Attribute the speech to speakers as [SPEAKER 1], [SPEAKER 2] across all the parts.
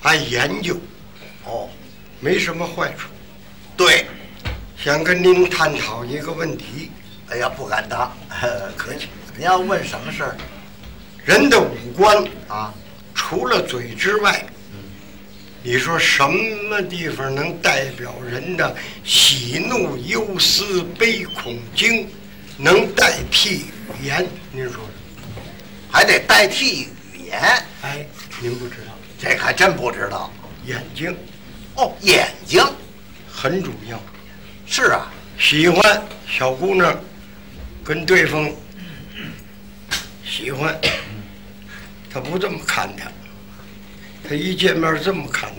[SPEAKER 1] 还研究，哦，没什么坏处。
[SPEAKER 2] 对，
[SPEAKER 1] 想跟您探讨一个问题：
[SPEAKER 2] 哎呀，不敢 当，
[SPEAKER 1] 客气。
[SPEAKER 2] 你要问什么事儿
[SPEAKER 1] 人的五官
[SPEAKER 2] 啊？
[SPEAKER 1] 除了嘴之外，你说什么地方能代表人的喜怒忧思悲恐惊，能代替语言？您说说。
[SPEAKER 2] 还得代替语言，
[SPEAKER 1] 哎，您不知道，
[SPEAKER 2] 这还真不知道。
[SPEAKER 1] 眼睛
[SPEAKER 2] 哦，眼睛
[SPEAKER 1] 很主要。
[SPEAKER 2] 是啊，
[SPEAKER 1] 喜欢小姑娘，跟对方喜欢，他不这么看她，他一见面这么看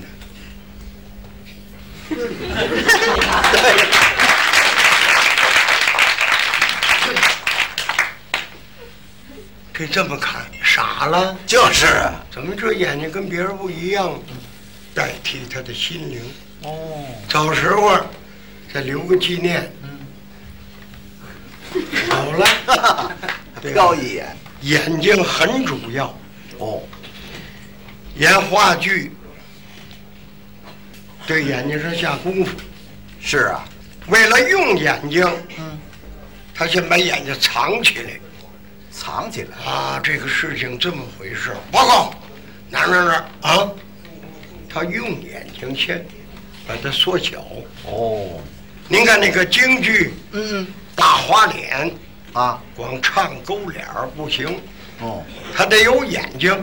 [SPEAKER 1] 她。 这这么看傻了，
[SPEAKER 2] 就是啊
[SPEAKER 1] 怎么这眼睛跟别人不一样？代替他的心灵。
[SPEAKER 2] 哦，嗯
[SPEAKER 1] 找时候再留个纪念。好 了，对吧
[SPEAKER 2] 瞟一眼
[SPEAKER 1] 眼睛很主要，
[SPEAKER 2] 哦，
[SPEAKER 1] 演话剧对眼睛上下功夫。
[SPEAKER 2] 是啊，
[SPEAKER 1] 为了用眼睛，
[SPEAKER 2] 嗯，
[SPEAKER 1] 他先把眼睛藏起来
[SPEAKER 2] 藏起来
[SPEAKER 1] 啊。这个事情这么回事，报告哪儿哪儿哪儿啊？他用眼睛先把它缩小。
[SPEAKER 2] 哦，
[SPEAKER 1] 您看那个京剧
[SPEAKER 2] 嗯
[SPEAKER 1] 《大花脸》，
[SPEAKER 2] 啊，
[SPEAKER 1] 光唱勾脸儿不行，
[SPEAKER 2] 哦，
[SPEAKER 1] 他得有眼睛。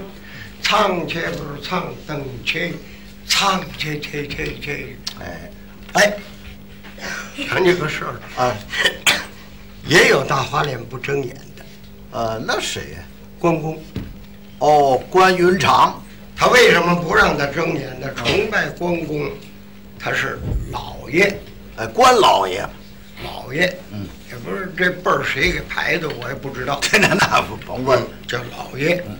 [SPEAKER 1] 唱去不是唱等去，唱去去去去。
[SPEAKER 2] 哎
[SPEAKER 1] 哎，想起个事儿，
[SPEAKER 2] 啊
[SPEAKER 1] 也有大花脸不睁眼的
[SPEAKER 2] 呃，那谁呀？
[SPEAKER 1] 关公，
[SPEAKER 2] 哦，关云长
[SPEAKER 1] 他为什么不让他睁眼
[SPEAKER 2] 嗯
[SPEAKER 1] 呢？崇拜关公，他是老爷，
[SPEAKER 2] 哎，关老爷，
[SPEAKER 1] 老爷，
[SPEAKER 2] 嗯，
[SPEAKER 1] 也不是这辈儿谁给排的，我也不知道。
[SPEAKER 2] 这那那不甭问
[SPEAKER 1] 叫老爷，
[SPEAKER 2] 嗯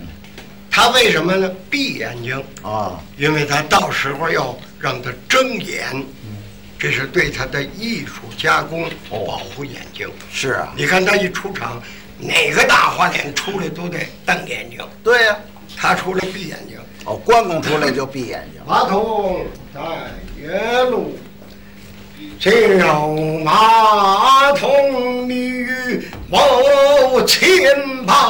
[SPEAKER 1] 他为什么呢？闭眼睛。
[SPEAKER 2] 啊，
[SPEAKER 1] 因为他到时候要让他睁眼，这是对他的艺术加工，
[SPEAKER 2] 哦
[SPEAKER 1] 保护眼睛。
[SPEAKER 2] 是啊，
[SPEAKER 1] 你看他一出场，哪个大花脸出来都得瞪眼睛，
[SPEAKER 2] 对呀、
[SPEAKER 1] 他出来闭眼睛。
[SPEAKER 2] 哦，关公出来就闭眼睛，
[SPEAKER 1] 马头带月路，只有马童鲤鱼谋千八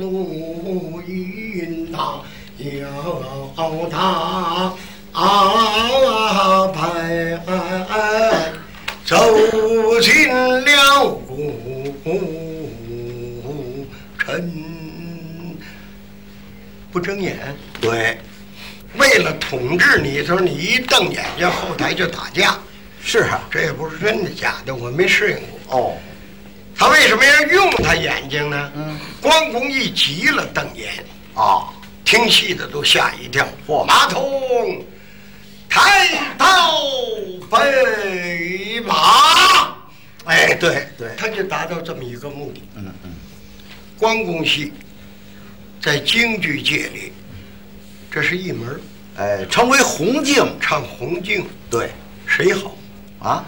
[SPEAKER 1] 路云呐，有他啊排走进了古城，不睁眼。
[SPEAKER 2] 对，
[SPEAKER 1] 为了统治你，他说你一瞪眼睛，后台就打架，
[SPEAKER 2] 是啊，
[SPEAKER 1] 这也不是真的假的，我没适应过。
[SPEAKER 2] 哦，
[SPEAKER 1] 他为什么要用他眼睛呢？
[SPEAKER 2] 嗯，
[SPEAKER 1] 关公一急了瞪眼，
[SPEAKER 2] 啊，
[SPEAKER 1] 听戏的都吓一跳。
[SPEAKER 2] 嚯
[SPEAKER 1] 马童抬刀奔马，
[SPEAKER 2] 哎，对对，
[SPEAKER 1] 他就达到这么一个目的。
[SPEAKER 2] 嗯嗯，
[SPEAKER 1] 关公戏在京剧界里，这是一门儿
[SPEAKER 2] 哎，成为红镜，
[SPEAKER 1] 唱红净
[SPEAKER 2] 对，
[SPEAKER 1] 谁好？
[SPEAKER 2] 啊，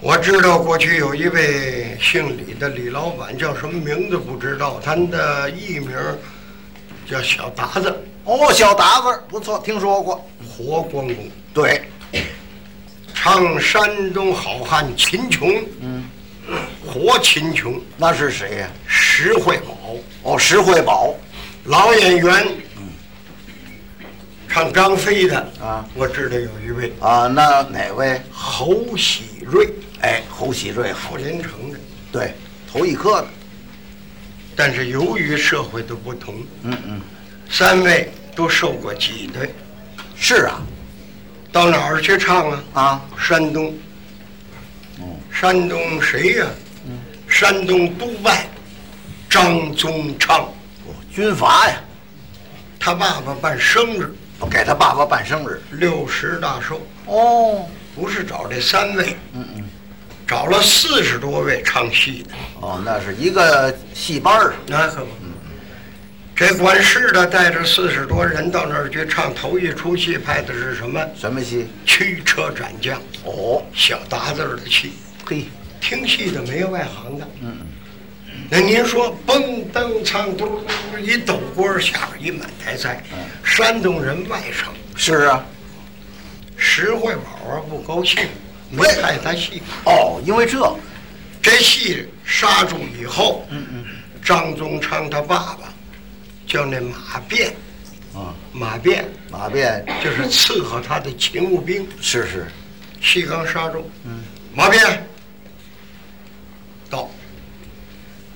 [SPEAKER 1] 我知道过去有一位姓李的李老板，叫什么名字不知道，他的艺名叫小达子，
[SPEAKER 2] 哦，小达子不错，听说过，
[SPEAKER 1] 活关公，
[SPEAKER 2] 对，
[SPEAKER 1] 唱山东好汉秦琼，
[SPEAKER 2] 嗯，
[SPEAKER 1] 活秦琼，
[SPEAKER 2] 那是谁呀、
[SPEAKER 1] 石惠宝，
[SPEAKER 2] 哦，石惠宝，
[SPEAKER 1] 老演员，唱张飞的
[SPEAKER 2] 啊，
[SPEAKER 1] 我知道有一位
[SPEAKER 2] 啊，那哪位？
[SPEAKER 1] 侯喜瑞，
[SPEAKER 2] 哎，侯喜瑞好，
[SPEAKER 1] 傅连城的，
[SPEAKER 2] 对，头一科的，
[SPEAKER 1] 但是由于社会的不同，
[SPEAKER 2] 嗯嗯，
[SPEAKER 1] 三位都受过挤兑，
[SPEAKER 2] 是啊，
[SPEAKER 1] 到哪儿去唱啊？
[SPEAKER 2] 啊，
[SPEAKER 1] 山东，
[SPEAKER 2] 嗯，
[SPEAKER 1] 山东谁呀、山东都外，张宗昌，
[SPEAKER 2] 哦，军阀呀，
[SPEAKER 1] 他爸爸办生日，
[SPEAKER 2] 给他爸爸办生日，
[SPEAKER 1] 六十大寿，
[SPEAKER 2] 哦，
[SPEAKER 1] 不是找这三位，
[SPEAKER 2] 嗯嗯，
[SPEAKER 1] 找了四十多位唱戏的，
[SPEAKER 2] 哦，那是一个戏班儿，
[SPEAKER 1] 那可不。嗯这管事的带着四十多人到那儿去唱，头一出戏拍的是什么？
[SPEAKER 2] 什么戏？
[SPEAKER 1] 驱车斩将，
[SPEAKER 2] 哦，
[SPEAKER 1] 小达子儿的戏。
[SPEAKER 2] 嘿，
[SPEAKER 1] 听戏的没有外行的。嗯，那您说蹦噔唱嘟，一抖锅儿下边一满台菜，山东人外省
[SPEAKER 2] 是啊，
[SPEAKER 1] 石慧宝啊不高兴，没
[SPEAKER 2] 喂
[SPEAKER 1] 派他戏。
[SPEAKER 2] 哦，因为这嗯个，
[SPEAKER 1] 这戏杀住以后，张宗昌他爸爸叫那马变，
[SPEAKER 2] 啊，
[SPEAKER 1] 马变
[SPEAKER 2] 马变
[SPEAKER 1] 就是伺候他的勤务兵。
[SPEAKER 2] 是是，
[SPEAKER 1] 戏刚杀住，马变到，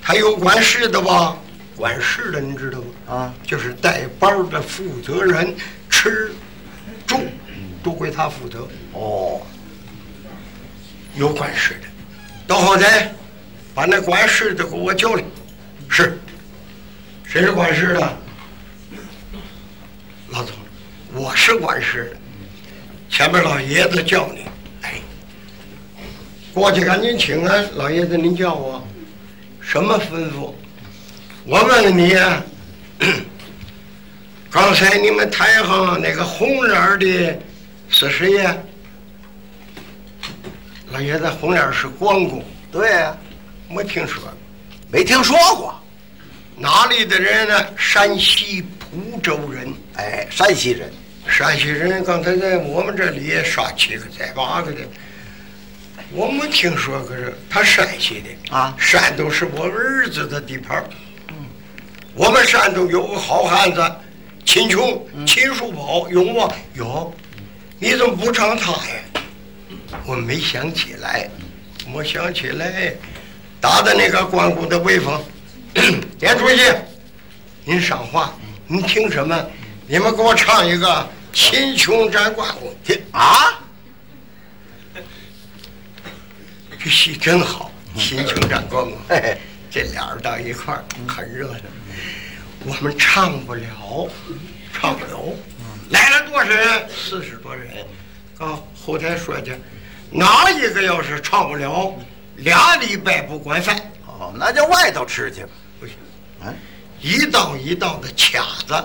[SPEAKER 1] 他有管事的吧？管事的你知道吗？
[SPEAKER 2] 啊，
[SPEAKER 1] 就是带班儿的负责人，吃、住都归他负责。
[SPEAKER 2] 哦，
[SPEAKER 1] 有管事的，到后台把那管事的给我叫来。是，谁是管事的？老总，我是管事的。前面老爷子叫你，哎，过去赶紧请啊！老爷子，您叫我，什么吩咐？我问问你呀、 刚才你们台上那个红脸儿的是谁呀、老爷子，红脸儿是关公，
[SPEAKER 2] 对呀，
[SPEAKER 1] 没听说。
[SPEAKER 2] 没听说过，
[SPEAKER 1] 哪里的人呢？山西蒲州人。
[SPEAKER 2] 哎，山西人，
[SPEAKER 1] 山西人刚才在我们这里也杀七个宰八个的，我没听说过这。他山西的
[SPEAKER 2] 啊
[SPEAKER 1] 山东是我儿子的地盘儿。我们山东有个好汉子，秦琼、秦叔宝有吗？有，你怎么不唱他呀？我没想起来，没想起来，打的那个关公的威风。 连书记，您赏话，您听什么？你们给我唱一个《秦琼斩关公》，
[SPEAKER 2] 听啊，
[SPEAKER 1] 这戏真好，《秦琼斩关公》。
[SPEAKER 2] 嘿嘿，
[SPEAKER 1] 这俩人到一块儿很热闹。我们唱不了，唱不了。来了多少人？四十多人。啊，后台说去，哪一个要是唱不了，俩礼拜不管饭。
[SPEAKER 2] 哦，那就外头吃去吧，
[SPEAKER 1] 不行，
[SPEAKER 2] 嗯，
[SPEAKER 1] 一道一道的卡子，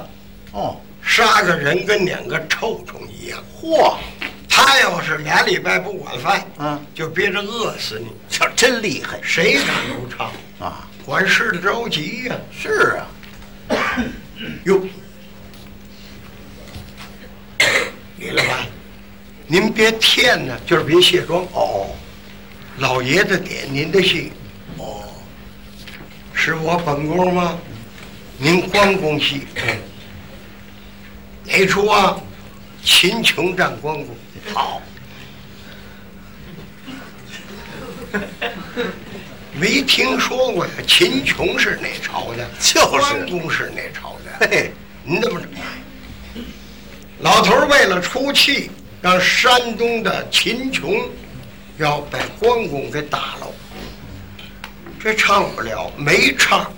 [SPEAKER 2] 哦，
[SPEAKER 1] 杀个人跟撵个臭虫一样。
[SPEAKER 2] 嚯，
[SPEAKER 1] 他要是俩礼拜不管饭，
[SPEAKER 2] 嗯
[SPEAKER 1] 就憋着饿死你。
[SPEAKER 2] 这真厉害
[SPEAKER 1] 谁敢不唱？
[SPEAKER 2] 啊，
[SPEAKER 1] 管事的着急呀、
[SPEAKER 2] 是啊，
[SPEAKER 1] 哟，李老板，您别骗呢，就是别卸妆。
[SPEAKER 2] 哦，
[SPEAKER 1] 老爷子点您的戏，哦，是我本宫吗？您关公戏，哪出啊？秦琼战关公。
[SPEAKER 2] 好，
[SPEAKER 1] 没听说过呀，秦琼是哪朝的？
[SPEAKER 2] 就是
[SPEAKER 1] 关公是哪朝的？
[SPEAKER 2] 嘿嘿，
[SPEAKER 1] 你怎么着？老头儿为了出气，让山东的秦琼要把关公给打了，这唱不了，没唱，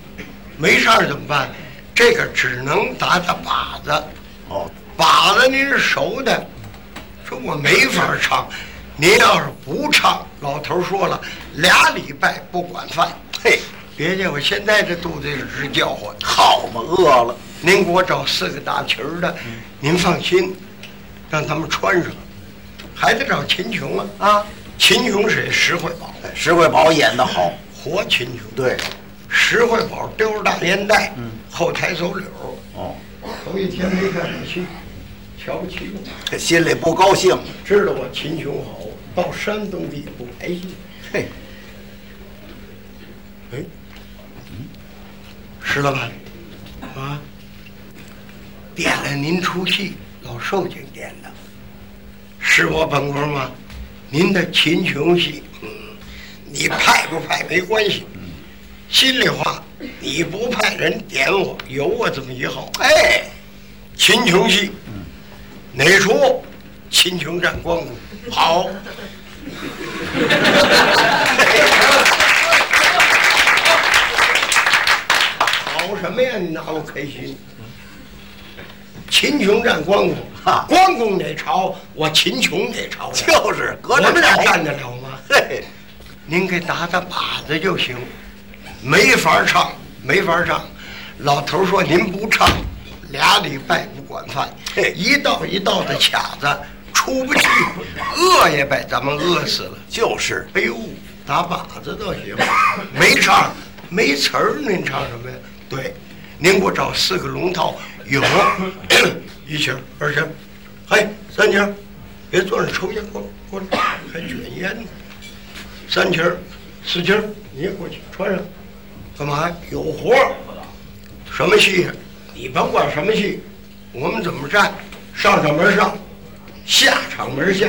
[SPEAKER 1] 没唱怎么办？这个只能打打靶子，
[SPEAKER 2] 哦，
[SPEAKER 1] 靶子您是熟的，说我没法唱，您要是不唱，老头儿说了，俩礼拜不管饭，
[SPEAKER 2] 嘿，
[SPEAKER 1] 别介，我现在这肚子里直叫唤。
[SPEAKER 2] 好嘛，饿了，
[SPEAKER 1] 您给我找四个打旗儿的，您放心，让他们穿上。还得找秦琼啊，
[SPEAKER 2] 啊，
[SPEAKER 1] 秦琼谁？石慧宝，
[SPEAKER 2] 哎石慧宝演的好，
[SPEAKER 1] 活秦琼。
[SPEAKER 2] 对，
[SPEAKER 1] 石慧宝丢着大烟袋，后台走柳儿，
[SPEAKER 2] 哦，
[SPEAKER 1] 头一天没看这戏，瞧不起我，
[SPEAKER 2] 这心里不高兴，
[SPEAKER 1] 知道我秦琼好，到山东地不白戏。
[SPEAKER 2] 嘿，
[SPEAKER 1] 哎，石老板，啊，点了您出戏，老寿星点的，是我本宫吗？您的秦琼戏，嗯，你派不派没关系，心里话，你不派人点我，有我这么一号。
[SPEAKER 2] 哎，
[SPEAKER 1] 秦琼戏，哪出？秦琼战关公。好，好什么呀？你拿我开心？秦琼战关公
[SPEAKER 2] 哈，
[SPEAKER 1] 关公哪朝？我秦琼哪朝？啊
[SPEAKER 2] 就是
[SPEAKER 1] 我
[SPEAKER 2] 隔着
[SPEAKER 1] 们俩
[SPEAKER 2] 瞅
[SPEAKER 1] 干得了吗？
[SPEAKER 2] 嘿，
[SPEAKER 1] 您给打打靶子就行，没法唱，没法唱。老头说您不唱，俩礼拜不管饭
[SPEAKER 2] 嘿，
[SPEAKER 1] 一道一道的卡子出不去，饿也把咱们饿死了。
[SPEAKER 2] 就是
[SPEAKER 1] 哎呦，打靶子倒行，没唱，没词儿，您唱什么呀？ 对，您给我找四个龙套，有一曲儿二曲儿，哎，三姐儿，别坐那儿抽烟，过来过来，还卷烟呢。三姐儿，四姐儿，你也过去穿上。干嘛呀？有活儿。什么戏？你甭管什么戏，我们怎么站，上场门上，下场门下。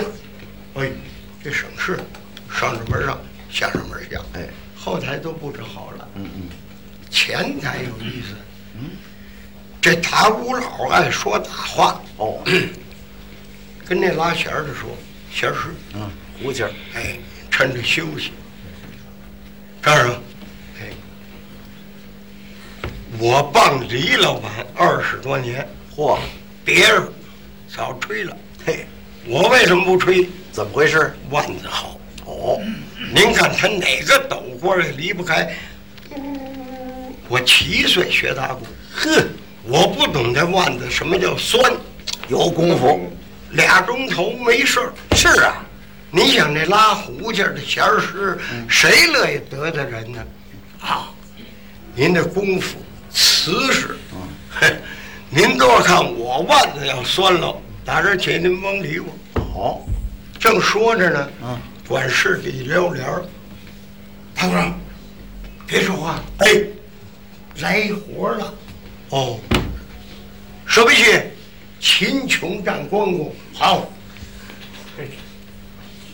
[SPEAKER 1] 哎，这省市，上场门上，下场门下。
[SPEAKER 2] 哎，
[SPEAKER 1] 后台都布置好了。
[SPEAKER 2] 嗯嗯，
[SPEAKER 1] 前台有意思。这打鼓佬爱说大话，
[SPEAKER 2] 哦，
[SPEAKER 1] 跟那拉弦儿的说，弦儿师，
[SPEAKER 2] 嗯，胡琴儿，
[SPEAKER 1] 哎，趁着休息，这儿啊，哎，我傍着一老板二十多年，
[SPEAKER 2] 嚯，
[SPEAKER 1] 别人早吹了，
[SPEAKER 2] 嘿，
[SPEAKER 1] 我为什么不吹？
[SPEAKER 2] 怎么回事？
[SPEAKER 1] 腕子好，
[SPEAKER 2] 哦，
[SPEAKER 1] 您看他哪个抖锅也离不开。我七岁学打鼓，
[SPEAKER 2] 呵，
[SPEAKER 1] 我不懂得腕子什么叫酸，
[SPEAKER 2] 有功夫。
[SPEAKER 1] 俩钟头没事儿。
[SPEAKER 2] 是啊，
[SPEAKER 1] 你想那拉胡琴儿的弦儿师，谁乐意得罪人呢？啊，您的功夫瓷实， 嘿，您多少看我腕子要酸了，打这儿起您甭理我。
[SPEAKER 2] 哦，
[SPEAKER 1] 正说着呢，
[SPEAKER 2] 嗯
[SPEAKER 1] 管事的一撩帘儿，堂哥，别说话，哎，来活儿了，哦，什么戏？秦琼战关公，好，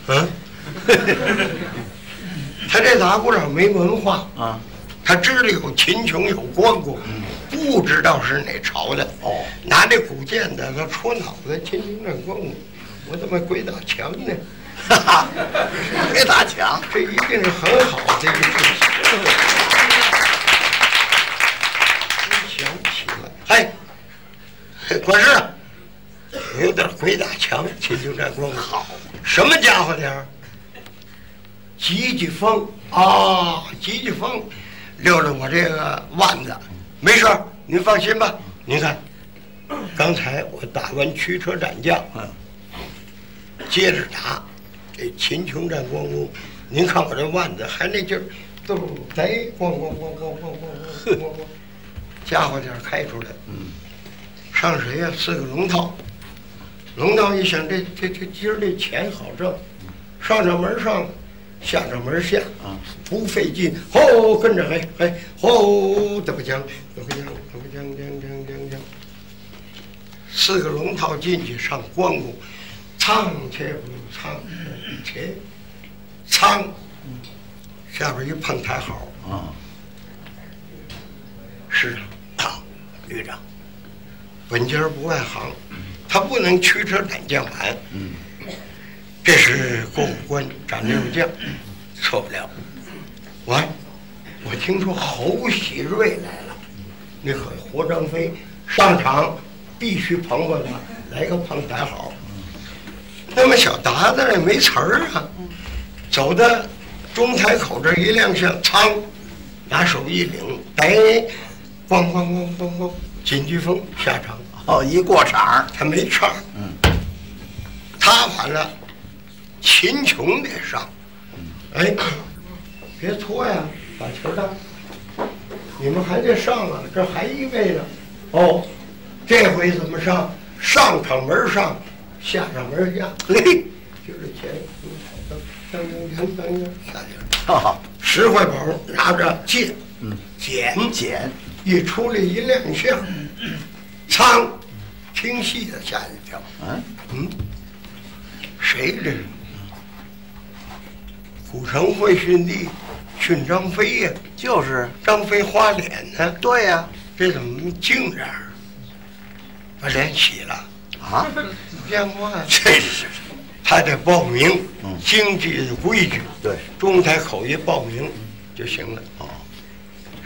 [SPEAKER 1] 嗯， 他这打鼓佬没文化，
[SPEAKER 2] 啊，
[SPEAKER 1] 他知道有秦琼有关公，不知道是哪朝的。
[SPEAKER 2] 哦
[SPEAKER 1] 拿这古剑在那戳脑袋，秦琼战关公，我怎么鬼打墙呢？
[SPEAKER 2] 哈哈，别打墙。
[SPEAKER 1] 这一定是很好的一个故事。真想起来，哎，嘿管事啊，有点鬼打墙，秦琼战关公好，什么家伙点儿？急急风啊，急急风，溜着我这个腕子，没事儿，您放心吧。您看，刚才我打完驱车斩将，
[SPEAKER 2] 嗯，
[SPEAKER 1] 接着打，这秦琼战关公，您看我这腕子还那劲儿，都哎贼咣咣咣咣咣咣咣咣咣，家伙点儿开出来，
[SPEAKER 2] 嗯，
[SPEAKER 1] 上谁呀、四个龙套，龙套一想这这这今儿这钱好挣，上这门上，下这门下，
[SPEAKER 2] 啊，
[SPEAKER 1] 不费劲，吼跟着嘿嘿吼，怎么讲怎么讲怎么讲讲讲讲讲，四个龙套进去上关公，唱且不唱且，唱，下边一碰台好，
[SPEAKER 2] 啊，
[SPEAKER 1] 师长，好，旅长，本家不外行，他不能驱车斩将盘。
[SPEAKER 2] 嗯，
[SPEAKER 1] 这是过五关斩六将，错不了。我，我听说侯喜瑞来了，那可活张飞上场必须捧捧他，来个捧打好。那么小达子也没词儿啊，走到中台口这儿一亮相，噌，拿手一领，哎，咣咣咣咣咣，锦鸡风下场，
[SPEAKER 2] 哦，一过场儿，
[SPEAKER 1] 他没唱，
[SPEAKER 2] 嗯，
[SPEAKER 1] 他完了，秦琼得上，哎，别拖呀，把球儿当，你们还得上啊，这还一位呢，哦，这回怎么上？上场门上，下场门下，
[SPEAKER 2] 嘿，
[SPEAKER 1] 就是前，嗯当当当当当，下去了。
[SPEAKER 2] 哈哈，
[SPEAKER 1] 石块宝拿着剑，
[SPEAKER 2] 嗯，
[SPEAKER 1] 剪
[SPEAKER 2] 简，
[SPEAKER 1] 一出来一亮相，苍，听戏的吓一跳，
[SPEAKER 2] 嗯，
[SPEAKER 1] 嗯，谁这是？古城会训帝训张飞呀、
[SPEAKER 2] 就是，
[SPEAKER 1] 张飞花脸呢、
[SPEAKER 2] 啊对呀、
[SPEAKER 1] 这怎么净这样？把脸洗了，啊
[SPEAKER 2] 啊，
[SPEAKER 1] 不像话呀、
[SPEAKER 2] 这是，
[SPEAKER 1] 还得报名
[SPEAKER 2] 嗯，
[SPEAKER 1] 经济的规矩，
[SPEAKER 2] 对，
[SPEAKER 1] 中台口一报名就行了。
[SPEAKER 2] 哦，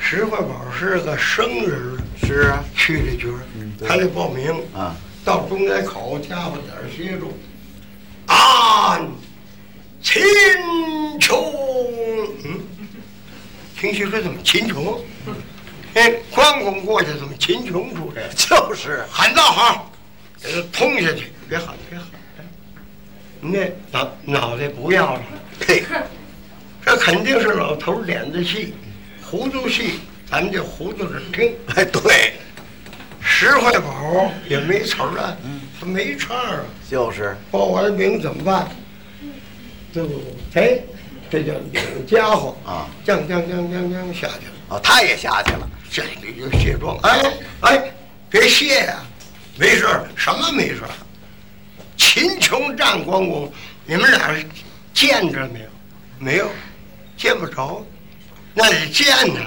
[SPEAKER 1] 石块宝是个生人儿，
[SPEAKER 2] 是啊，
[SPEAKER 1] 去这局儿
[SPEAKER 2] 嗯，对
[SPEAKER 1] 他得报名
[SPEAKER 2] 啊，
[SPEAKER 1] 到中台口，家伙在这儿歇住，按秦琼，嗯，听戏说怎么秦琼？
[SPEAKER 2] 嗯
[SPEAKER 1] 哎，关公过去怎么秦琼出来了？
[SPEAKER 2] 就是，
[SPEAKER 1] 喊道好，给他通下去，别喊，别喊，您这脑脑袋不要了。
[SPEAKER 2] 嘿，
[SPEAKER 1] 这肯定是老头脸子戏，糊涂戏，咱们就糊涂着听。
[SPEAKER 2] 哎，对，嗯
[SPEAKER 1] 石块宝也没词儿啊，他没唱啊。
[SPEAKER 2] 就是
[SPEAKER 1] 报完名怎么办？对不？哎，这叫有家伙
[SPEAKER 2] 啊，
[SPEAKER 1] 降降降降降下去了。
[SPEAKER 2] 啊，他也下去了，
[SPEAKER 1] 这里就卸妆，哎哎，别卸呀、没事儿，什么没事儿？秦琼战关公，你们俩见着没有？没有，见不着，那得见呢，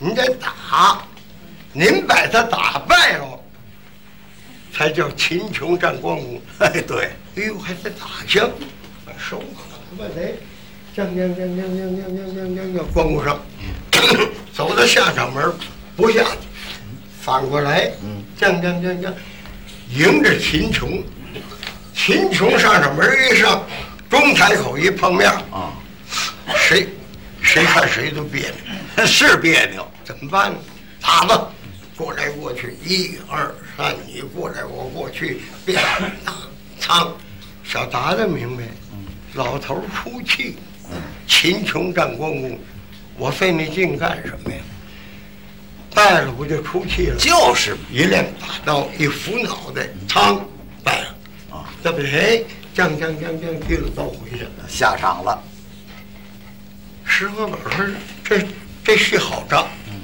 [SPEAKER 1] 你得打，您把他打败了，才叫秦琼战关公。
[SPEAKER 2] 哎，对，
[SPEAKER 1] 哎呦，还得打枪，把手把他来，将将将将将将将将将将关顾上，走到下场门不下去，反过来，将将将将，迎着秦琼，秦琼上场门一上，中台口一碰面，
[SPEAKER 2] 啊，
[SPEAKER 1] 谁谁看谁都别扭，
[SPEAKER 2] 是别扭，
[SPEAKER 1] 怎么办呢？打吧，过来过去，一二三，你过来我过去，变打苍，小达子明白，老头儿出气，秦琼战关公，我费那劲干什么呀？败了不就出气了？
[SPEAKER 2] 就是
[SPEAKER 1] 一练大刀，一扶脑袋，苍败了，
[SPEAKER 2] 啊，
[SPEAKER 1] 对不哎对？将将将将，提了刀回去了。
[SPEAKER 2] 下场了，
[SPEAKER 1] 石老板说：“这这是好仗。”
[SPEAKER 2] 嗯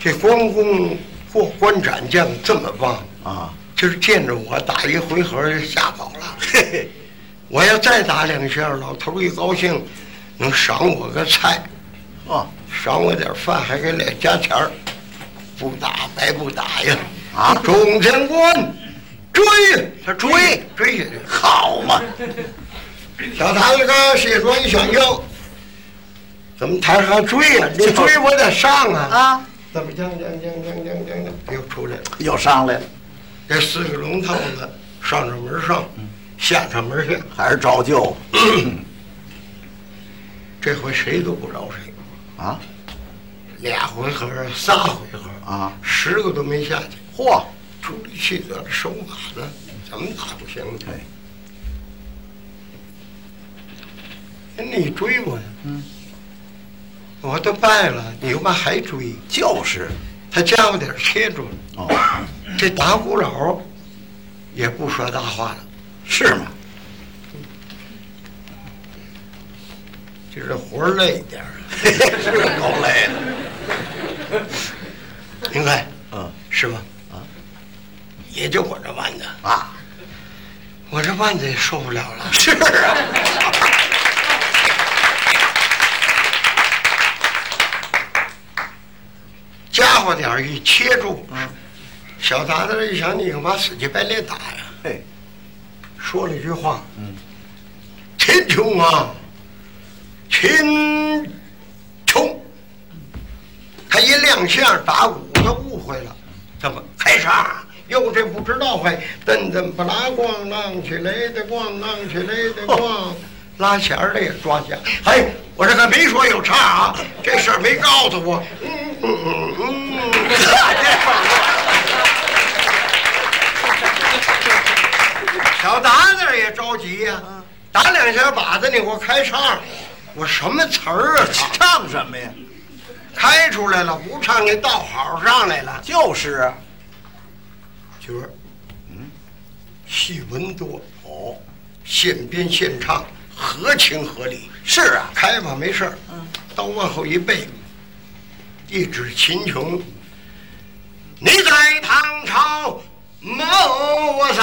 [SPEAKER 1] 这关公过关斩将这么棒，
[SPEAKER 2] 啊，
[SPEAKER 1] 就是见着我打一回合就吓跑了。
[SPEAKER 2] 嘿嘿，
[SPEAKER 1] 我要再打两下，老头儿一高兴，能赏我个菜，
[SPEAKER 2] 哦，
[SPEAKER 1] 赏我点饭，还给脸加钱儿。不打白不打呀！
[SPEAKER 2] 啊
[SPEAKER 1] 总监官，追！他追追下去。
[SPEAKER 2] 好嘛，
[SPEAKER 1] 小唐子刚卸妆一想腰，怎么台上还追呀、啊你追我得上啊！
[SPEAKER 2] 啊，
[SPEAKER 1] 怎么将将将将将将将又出来了？
[SPEAKER 2] 又上来了，
[SPEAKER 1] 这四个龙套子上上门上，下上门下，
[SPEAKER 2] 还是照旧
[SPEAKER 1] 这回谁都不饶谁，
[SPEAKER 2] 啊，
[SPEAKER 1] 俩回合仨回合
[SPEAKER 2] 啊
[SPEAKER 1] 十个都没下去，
[SPEAKER 2] 嚯，
[SPEAKER 1] 出力气的手把子怎么打不行呢？
[SPEAKER 2] 对，
[SPEAKER 1] 哎你追我呀？
[SPEAKER 2] 嗯，
[SPEAKER 1] 我都败了，你干嘛还追？
[SPEAKER 2] 就是，
[SPEAKER 1] 他家伙底儿切住了。
[SPEAKER 2] 哦，
[SPEAKER 1] 这打鼓佬也不说大话了，
[SPEAKER 2] 是吗？
[SPEAKER 1] 就是活儿累一点儿。
[SPEAKER 2] 嘿嘿，是够累的，
[SPEAKER 1] 您看
[SPEAKER 2] 嗯，
[SPEAKER 1] 是吧？
[SPEAKER 2] 啊，
[SPEAKER 1] 也就我这腕子，
[SPEAKER 2] 啊，
[SPEAKER 1] 我这腕子也受不了了。
[SPEAKER 2] 是啊，
[SPEAKER 1] 家伙点儿一切住，
[SPEAKER 2] 嗯
[SPEAKER 1] 小达子一想，你干嘛死乞白赖打呀？
[SPEAKER 2] 嘿，
[SPEAKER 1] 说了一句话，
[SPEAKER 2] 嗯，
[SPEAKER 1] 秦琼啊，秦琼，他一亮相打鼓，他误会了，怎么开啥？又这不知道还噔噔不拉咣啷起来的咣啷起来的咣，拉弦儿的也抓弦。哎，我这可没说有岔啊，这事儿没告诉我。嗯嗯嗯嗯嗯。 小达子也着急呀、打两下靶子，你给我开唱，我什么词儿啊？
[SPEAKER 2] 唱什么呀？
[SPEAKER 1] 开出来了，不唱那道好上来了。
[SPEAKER 2] 就是啊，
[SPEAKER 1] 角儿，嗯戏文多，
[SPEAKER 2] 哦，
[SPEAKER 1] 现编现唱，合情合理。
[SPEAKER 2] 是啊，
[SPEAKER 1] 开吧，没事儿。
[SPEAKER 2] 嗯
[SPEAKER 1] 刀往后一背，一指秦琼，你在唐朝谋在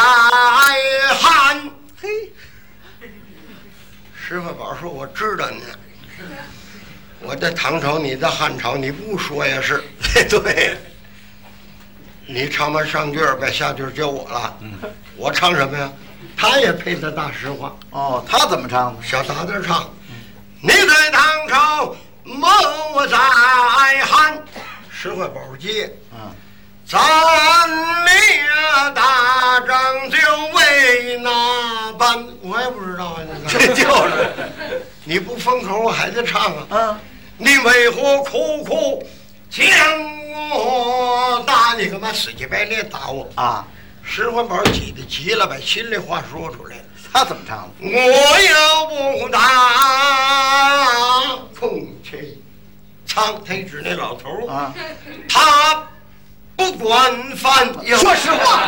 [SPEAKER 1] 汉。
[SPEAKER 2] 嘿，
[SPEAKER 1] 师傅宝说：“我知道你，我在唐朝，你在汉朝，你不说也是。
[SPEAKER 2] 嘿， 对，
[SPEAKER 1] 你唱完上句儿，把下句儿交我了。
[SPEAKER 2] 嗯
[SPEAKER 1] 我唱什么呀？他也配的大实话。
[SPEAKER 2] 哦，他怎么唱的？
[SPEAKER 1] 小达子唱：你在唐朝，谋在汉，实惠宝街，
[SPEAKER 2] 嗯，
[SPEAKER 1] 咱俩打仗就为那般。我也不知道啊，你
[SPEAKER 2] 这
[SPEAKER 1] 看
[SPEAKER 2] 就是，
[SPEAKER 1] 你不封口，我还得唱啊。
[SPEAKER 2] 嗯，
[SPEAKER 1] 你为何苦苦将我打？你干嘛死乞白赖打我？
[SPEAKER 2] 啊，
[SPEAKER 1] 石环宝急得急了，把心里话说出来了。
[SPEAKER 2] 他怎么唱的？
[SPEAKER 1] 我要不打空气仓，他一指那老头儿
[SPEAKER 2] 啊，
[SPEAKER 1] 他
[SPEAKER 3] 不管饭有
[SPEAKER 1] 说实话